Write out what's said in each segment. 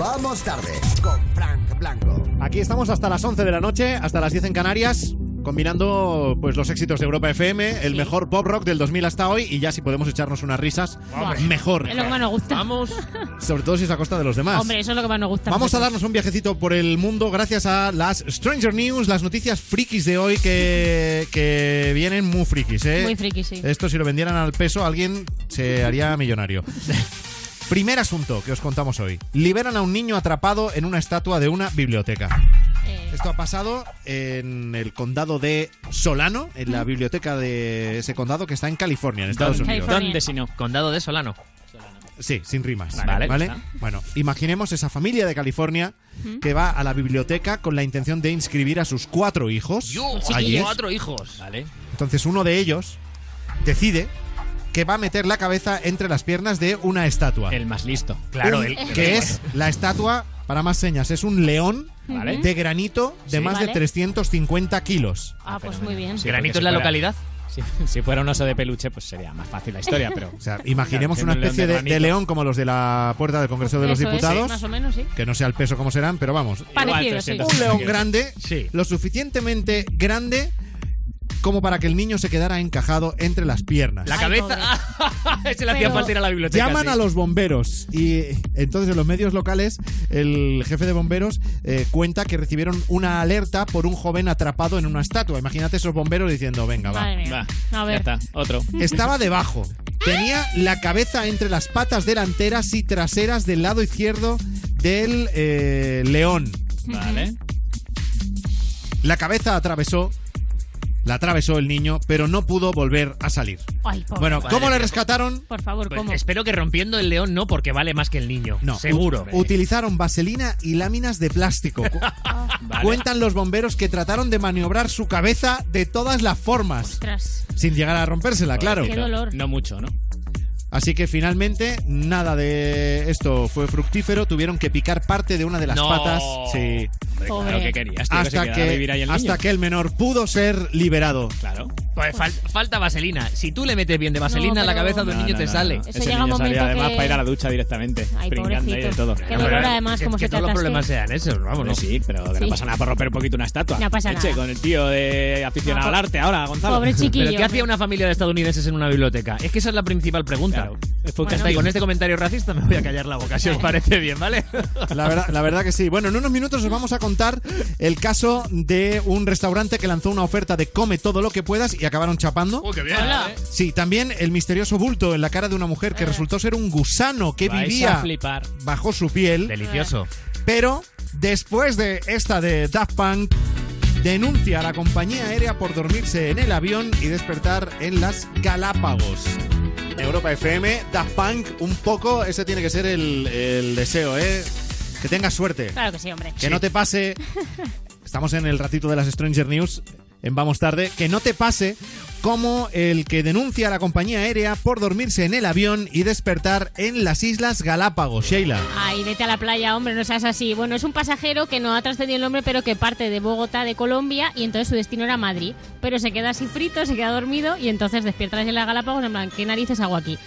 Vamos tarde con Frank Blanco. Aquí estamos hasta las 11 de la noche, hasta las 10 en Canarias, combinando pues los éxitos de Europa FM, el mejor pop rock del 2000 hasta hoy y ya si podemos echarnos unas risas, Hombre. mejor. Es lo que más nos gusta. Vamos. Sobre todo si es a costa de los demás. Hombre, eso es lo que más nos gusta. Vamos a darnos un viajecito por el mundo gracias a las Stranger News, las noticias frikis de hoy que, que vienen muy frikis, ¿eh? Muy friki, sí. Esto si lo vendieran al peso, alguien se haría millonario. Primer asunto que os contamos hoy. Liberan a un niño atrapado en una estatua de una biblioteca. Eh. Esto ha pasado en el condado de Solano, en la biblioteca de ese condado que está en California, en Estados ¿Dónde- Unidos. ¿Dónde si no? Condado de Solano. Sí, sin rimas. Vale, ya está. Bueno, imaginemos esa familia de California Ujú. que va a la biblioteca con la intención de inscribir a sus cuatro hijos. allí. Cuatro hijos. Vale. Entonces uno de ellos decide que va a meter la cabeza entre las piernas de una estatua. El más listo. Claro, Un- el- el que más es la estatua para más señas, es un león Vale. de granito de Sí. más de Vale. 350 kilos. Ah, pues muy bien. Sí, ¿Granito es la localidad? Si, si fuera un oso de peluche, pues sería más fácil la historia, pero. O sea, imaginemos una Claro, tiene un especie de, de granito. león como los de la puerta del Congreso de los Eso es, sí, Diputados. más o menos, sí. que no sea el peso como serán, pero vamos. Parecido, sí. Un león grande, lo suficientemente grande como para que el niño se quedara encajado entre las piernas. La cabeza. Se le hacía Pero- falta ir a la biblioteca. Llaman sí. a los bomberos y entonces en los medios locales el jefe de bomberos eh, cuenta que recibieron una alerta por un joven atrapado en una estatua. Imagínate esos bomberos diciendo, venga, Ah, va. Madre mía. A ver. está, otro. Estaba debajo. Tenía la cabeza entre las patas delanteras y traseras del lado izquierdo del eh, león. Vale. La cabeza atravesó, la atravesó el niño, pero no pudo volver a salir. Ay, pobre. Bueno, ¿cómo le mía. rescataron? Por favor, Pues ¿cómo? espero que rompiendo el león no, porque vale más que el niño. No, Seguro. ut- utilizaron vaselina y láminas de plástico. Cu- Vale. Cuentan los bomberos que trataron de maniobrar su cabeza de todas las formas, Ostras. sin llegar a rompérsela, claro. Qué dolor. No mucho, ¿no? Así que finalmente nada de esto fue fructífero. Tuvieron que picar parte de una de las No. patas. Sí. Hombre, claro, Pobre. ¿qué querías, tío, que se Hasta, quedara que, a vivir ahí el hasta niño? que el menor pudo ser liberado. Claro. Pues fal- falta vaselina. Si tú le metes bien de vaselina, No, la pero- cabeza de un No, niño no, te no, sale. no. Ese Ese niño llega un salía, momento además que- para ir a la ducha directamente. Ay, pringando ahí de pobrecito. todo. Qué dolor, Pero, además, es cómo que se todos los trataste. problemas sean esos, Hombre, vámonos. Pues sí, pero que Sí. no pasa nada por romper un poquito una estatua. No pasa Eche, nada. con el tío de aficionado No, po- al arte ahora, Gonzalo. Pobre chiquillo. ¿Pero qué hombre. hacía una familia de estadounidenses en una biblioteca? Es que esa es la principal pregunta. Claro. Ya está, y con este comentario racista me voy a callar la boca, si os parece bien, ¿vale? La verdad, la verdad que sí. Bueno, en unos minutos os vamos a contar el caso de un restaurante que lanzó una oferta de come todo lo que puedas y acabaron chapando. Oh, qué bien! Sí, también el misterioso bulto en la cara de una mujer que resultó ser un gusano que Vais a vivía flipar. bajo su piel. Delicioso. Pero después de esta de Daft Punk, denuncia a la compañía aérea por dormirse en el avión y despertar en las Galápagos. Europa FM, Daft Punk, un poco, ese tiene que ser el, el deseo, ¿eh? Que tengas suerte. Claro que sí, hombre. Que no te pase. Estamos en el ratito de las Stranger News. En Vamos Tarde. Que no te pase como el que denuncia a la compañía aérea por dormirse en el avión y despertar en las Islas Galápagos. Sheila. Ay, vete a la playa, hombre, no seas así. Bueno, es un pasajero que no ha trascendido el nombre, pero que parte de Bogotá, de Colombia, y entonces su destino era Madrid. Pero se queda así frito, se queda dormido, y entonces despierta en las Galápagos, en plan, ¿qué narices hago aquí?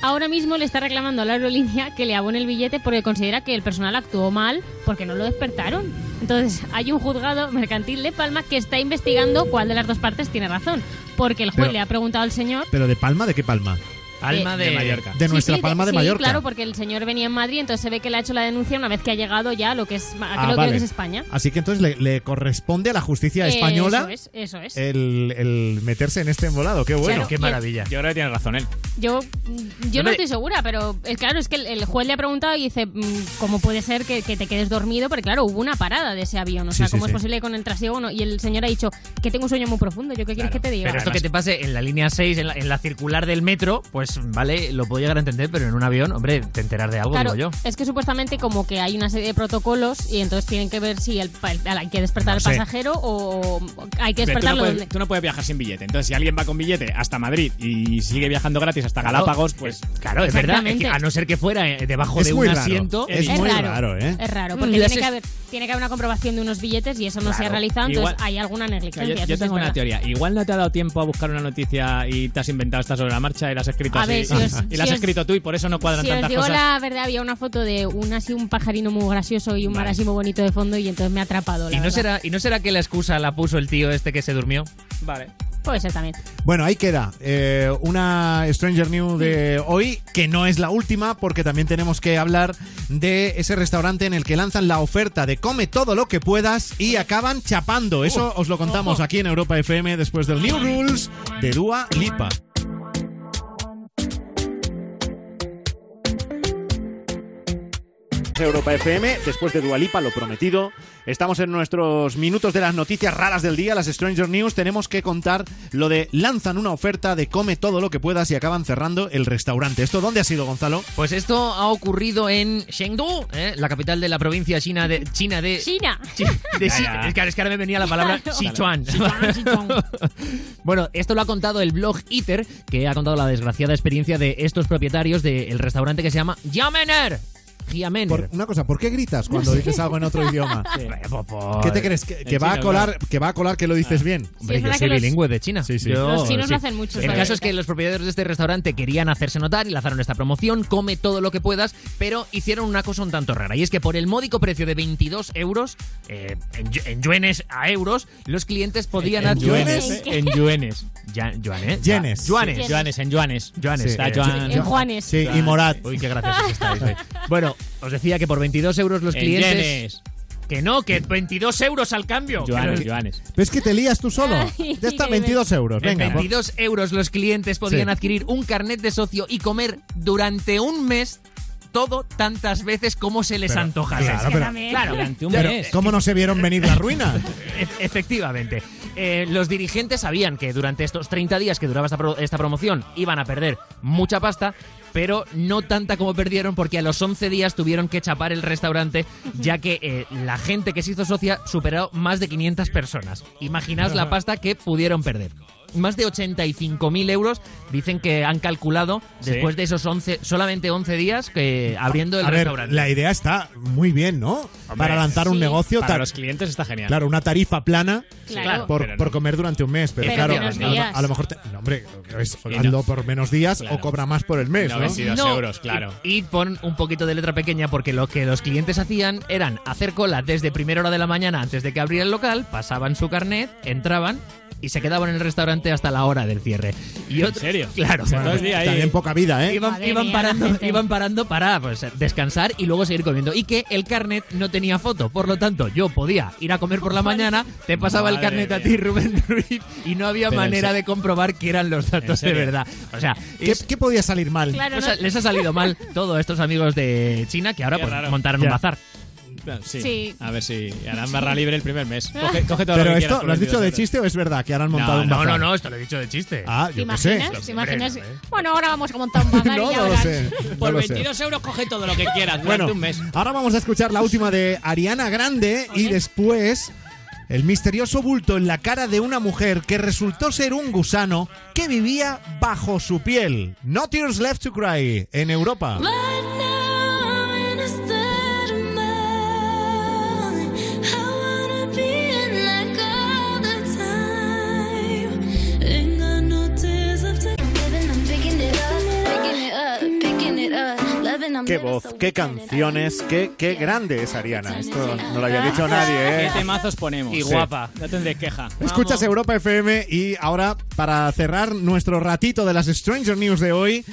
Ahora mismo le está reclamando a la aerolínea que le abone el billete porque considera que el personal actuó mal porque no lo despertaron. Entonces, hay un juzgado mercantil de Palma que está investigando cuál de las dos partes tiene razón. Porque el juez Pero- le ha preguntado al señor ¿Pero de Palma? ¿De qué Palma? Alma De- de, de Mallorca. De Sí, nuestra sí, Palma de, sí, Mallorca. claro, porque el señor venía en Madrid, entonces se ve que le ha hecho la denuncia una vez que ha llegado ya a lo que es, Ah, a creo, creo vale. que es España. Así que entonces le, le corresponde a la justicia española Eh. Eso es, eso es. El, el meterse en este embolado. Qué bueno. Claro, Qué y el- maravilla. Yo creo que tienes razón él. Yo, yo no Hombre. estoy segura, pero eh, claro, es que el, el juez le ha preguntado y dice, mm, ¿cómo puede ser que, que te quedes dormido? Porque claro, hubo una parada de ese avión, o Sí, sea, sí, ¿cómo sí. es posible que con el trasiego no? Y el señor ha dicho, que tengo un sueño muy profundo, ¿yo qué quieres que te diga? Pero esto que te pase en la línea 6, en la, en la circular del metro, pues vale, lo puedo llegar a entender, pero en un avión, hombre, te enteras de algo, Claro, digo yo. es que supuestamente como que hay una serie de protocolos y entonces tienen que ver si el, pa- el- hay que despertar No al sé. pasajero o o hay que Pero tú, no despertarlo. puedes, tú no puedes viajar sin billete. Entonces, si alguien va con billete hasta Madrid y sigue viajando gratis hasta Claro. Galápagos, pues. Claro, es verdad, es que a no ser que fuera eh, debajo Es de un muy raro. asiento. Es Es muy raro. raro, ¿eh? Es raro, Mm, porque ya tiene se- que haber tiene que haber una comprobación de unos billetes y eso no se ha Claro. realizado, entonces Igual- hay alguna Yo, negligencia. yo eso sí es tengo una verdad. teoría. Igual no te ha dado tiempo a buscar una noticia y te has inventado esta sobre la marcha y la has escrito A así. ver, si os- y si la has os- escrito tú y por eso no cuadran Si os tantas digo cosas. la verdad, había una foto de un así un pajarino muy gracioso y un Vale. mar así muy bonito de fondo y entonces me ha atrapado. La ¿Y no, verdad. será, ¿Y no será que la excusa la puso el tío este que se durmió? Vale. Puede ser también. Bueno, ahí queda eh, una Stranger New de hoy, que no es la última, porque también tenemos que hablar de ese restaurante en el que lanzan la oferta de come todo lo que puedas y acaban chapando. Eso os lo contamos aquí en Europa FM después del New Rules de Dua Lipa. Europa FM, después de Dualipa, lo prometido. Estamos en nuestros minutos de las noticias raras del día, las Stranger News. Tenemos que contar lo de lanzan una oferta de come todo lo que puedas y acaban cerrando el restaurante. ¿Esto dónde ha sido, Gonzalo? Pues esto ha ocurrido en Chengdu, ¿eh? la capital de la provincia china de China de China. Chi- de Xi- ya. es, que, es que ahora me venía la palabra Claro. Sichuan. Sichuan. bueno, esto lo ha contado el blog Eater, que ha contado la desgraciada experiencia de estos propietarios del restaurante que se llama Yamener. Yamener. una cosa, ¿por qué gritas cuando dices algo en otro idioma? ¿Qué te crees? ¿Que, que va a chino, colar, que va a colar que lo dices bien? Sí, es Hombre, yo verdad soy que los- bilingüe de China. Sí, sí. Yo- Los chinos lo hacen mucho, El la caso es verdad. que los propietarios de este restaurante querían hacerse notar y lanzaron esta promoción, come todo lo que puedas, pero hicieron una cosa un tanto rara. Y es que por el módico precio de 22 euros, eh, en, yu- en yuanes a euros, los clientes podían En adquirir... yuanes. En yuanes. Ya- yuan, ¿eh? Yenes. Ya- Yuanes. Yenes. Yuanes, en yuanes. Yuanes, Está eh, yuan- En Juanes. Sí, y Morat. Uy, qué graciosos estáis hoy. Bueno, os decía que por 22 euros los en clientes... yenes. Que no, que 22 euros al cambio. que Yuanes, los- yuanes. ¿Ves que te lías tú solo? Ay, Ya está, qué 22 euros. En Venga, pues. 22 euros los clientes podían Sí. adquirir un carnet de socio y comer durante un mes todo tantas veces como se les Pero, antojase. claro, pero- Claro, Durante un pero- mes. ¿cómo no se vieron venir la ruina? E- Efectivamente. Eh, los dirigentes sabían que durante estos 30 días que duraba esta, pro- esta promoción iban a perder mucha pasta, pero no tanta como perdieron porque a los 11 días tuvieron que chapar el restaurante ya que eh, la gente que se hizo socia superó más de 500 personas. Imaginaos la pasta que pudieron perder. Más de 85.000 euros dicen que han calculado Sí. después de esos 11, solamente 11 días que abriendo el a ver, restaurante. la idea está muy bien, ¿no? para lanzar un sí. negocio, Para tal- los clientes está genial. claro, una tarifa plana Claro. por, Pero no. por comer durante un mes. Pero, Pero claro, menos a lo- días. a lo mejor, te- no, hombre, es- Y hazlo no. por menos días Claro. o cobra más por el mes, ¿no? 92 No, euros, claro. Y, y pon un poquito de letra pequeña porque lo que los clientes hacían eran hacer cola desde primera hora de la mañana antes de que abriera el local, pasaban su carnet, entraban y se quedaban en el restaurante hasta la hora del cierre. Y ¿En otro- serio? Claro. Bueno, Dos días ahí. También poca vida, ¿eh? Iban, Madre iban mía, la parando, gente. iban parando para pues, descansar y luego seguir comiendo. Y que el carnet no tenía foto. Por lo tanto, yo podía ir a comer por la mañana, te pasaba el Madre carnet a mía. ti, Rubén Ruiz, y no había Pero en manera se- de comprobar que eran los datos de serio? verdad. O sea, ¿Qué, es- qué podía salir mal? Claro, o Ah, no- sea, les ha salido mal todo a estos amigos de China que ahora Qué pues, raro. montaron Ya. un bazar. Sí. Sí. A ver si harán barra libre el primer mes. Coge, coge Pero todo lo que esto, quieras ¿lo has por dicho de 22 euros. chiste o es verdad que ahora han montado un no, bazar? no, no, esto lo he dicho de chiste. Ah, ¿Te yo qué sé. imaginas? ¿Te Hombre, imaginas? no, eh. Bueno, ahora vamos a montar un bazar No, y ya no lo verás. sé. no Por lo sé. 22 euros coge todo lo que quieras durante Bueno, un mes. ahora vamos a escuchar la última de Ariana Grande y después el misterioso bulto en la cara de una mujer que resultó ser un gusano que vivía bajo su piel. No Tears Left to Cry en Europa. Right now in a state of mind, I wanna be in like all the time. Ain't got no tears left to Living, I'm picking it up, picking it up, picking it up. Loving, I'm Qué voz, qué canciones, qué, qué grande es Ariana. Esto no lo había dicho nadie, ¿Qué ¿eh? temazos ponemos? Y Sí. guapa. No tendré queja. Escuchas Europa FM y ahora, para cerrar nuestro ratito de las Stranger News de hoy,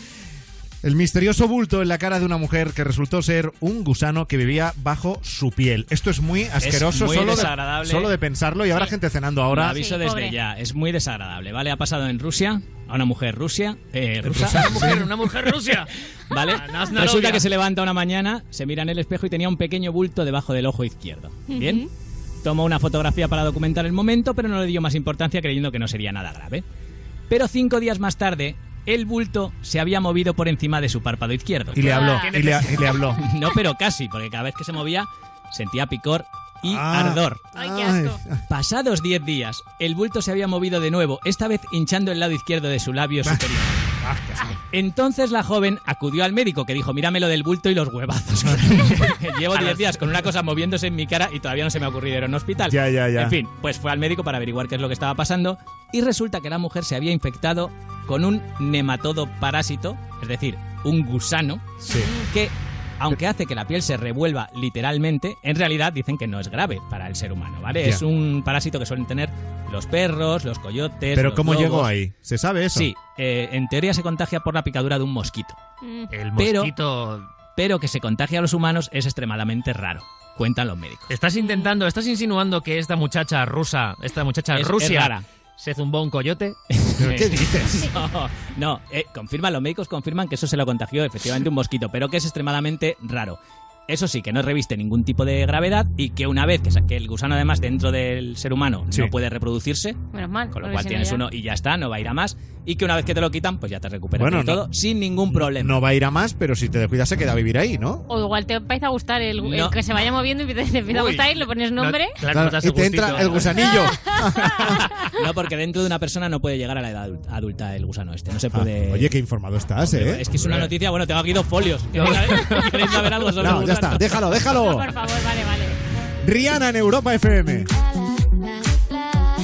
el misterioso bulto en la cara de una mujer que resultó ser un gusano que vivía bajo su piel. Esto es muy asqueroso, muy solo, de, desagradable. solo de pensarlo y habrá gente cenando ahora. aviso Sí, desde pobre. ya, es muy desagradable, ¿vale? Ha pasado en Rusia, a una mujer rusia, eh, rusa, Una mujer, una mujer rusia. ¿vale? Nazna Resulta Novia. que se levanta una mañana, se mira en el espejo y tenía un pequeño bulto debajo del ojo izquierdo. ¿Bien? Tomó una fotografía para documentar el momento, pero no le dio más importancia creyendo que no sería nada grave. Pero cinco días más tarde, el bulto se había movido por encima de su párpado izquierdo. Y le habló, y le, y le habló. No, pero casi, porque cada vez que se movía sentía picor y Ah. ardor. Ay, qué asco. Ay. Pasados 10 días, el bulto se había movido de nuevo, esta vez hinchando el lado izquierdo de su labio superior. Entonces la joven acudió al médico que dijo, mírame lo del bulto y los huevazos. Llevo 10 días con una cosa moviéndose en mi cara y todavía no se me ha ocurrido ir a un hospital. Ya, ya, ya. En fin, pues fue al médico para averiguar qué es lo que estaba pasando y resulta que la mujer se había infectado con un nematodo parásito, es decir, un gusano, Sí. que aunque hace que la piel se revuelva literalmente, en realidad dicen que no es grave para el ser humano, ¿vale? Ya. Es un parásito que suelen tener los perros, los coyotes. Pero los ¿cómo lobos. llegó ahí? ¿Se sabe eso? Sí, eh, en teoría se contagia por la picadura de un mosquito, Mm. El Pero- mosquito. pero que se contagie a los humanos es extremadamente raro, cuentan los médicos. Estás intentando, estás insinuando que esta muchacha rusa, esta muchacha Es- rusia, es rara. se zumbó un coyote. ¿Qué dices? No, no, eh, confirman, los médicos confirman que eso se lo contagió efectivamente un mosquito, pero que es extremadamente raro. Eso sí, que no reviste ningún tipo de gravedad y que una vez que, sa- que el gusano además dentro del ser humano Sí. no puede reproducirse, Menos mal. con lo porque cual si no tienes ya- uno y ya está, no va a ir a más, y que una vez que te lo quitan, pues ya te recuperas Bueno, del no- todo sin ningún problema. No va a ir a más, pero si te descuidas se queda a vivir ahí, ¿no? O igual te empieza a gustar el, el No. que se vaya moviendo y te, te empieza a Uy. gustar y le pones nombre. No, claro, Claro, no das y te gustito. entra el gusanillo. No, porque dentro de una persona no puede llegar a la edad adul- adulta el gusano este. No se Ah, puede. oye, qué informado estás, ¿eh? Es que es una noticia. Bueno, tengo aquí dos folios. No. ¿Queréis saber algo sobre el No, ya gusano? está, déjalo, No, déjalo. por favor, vale, vale. Rihanna en Europa FM. la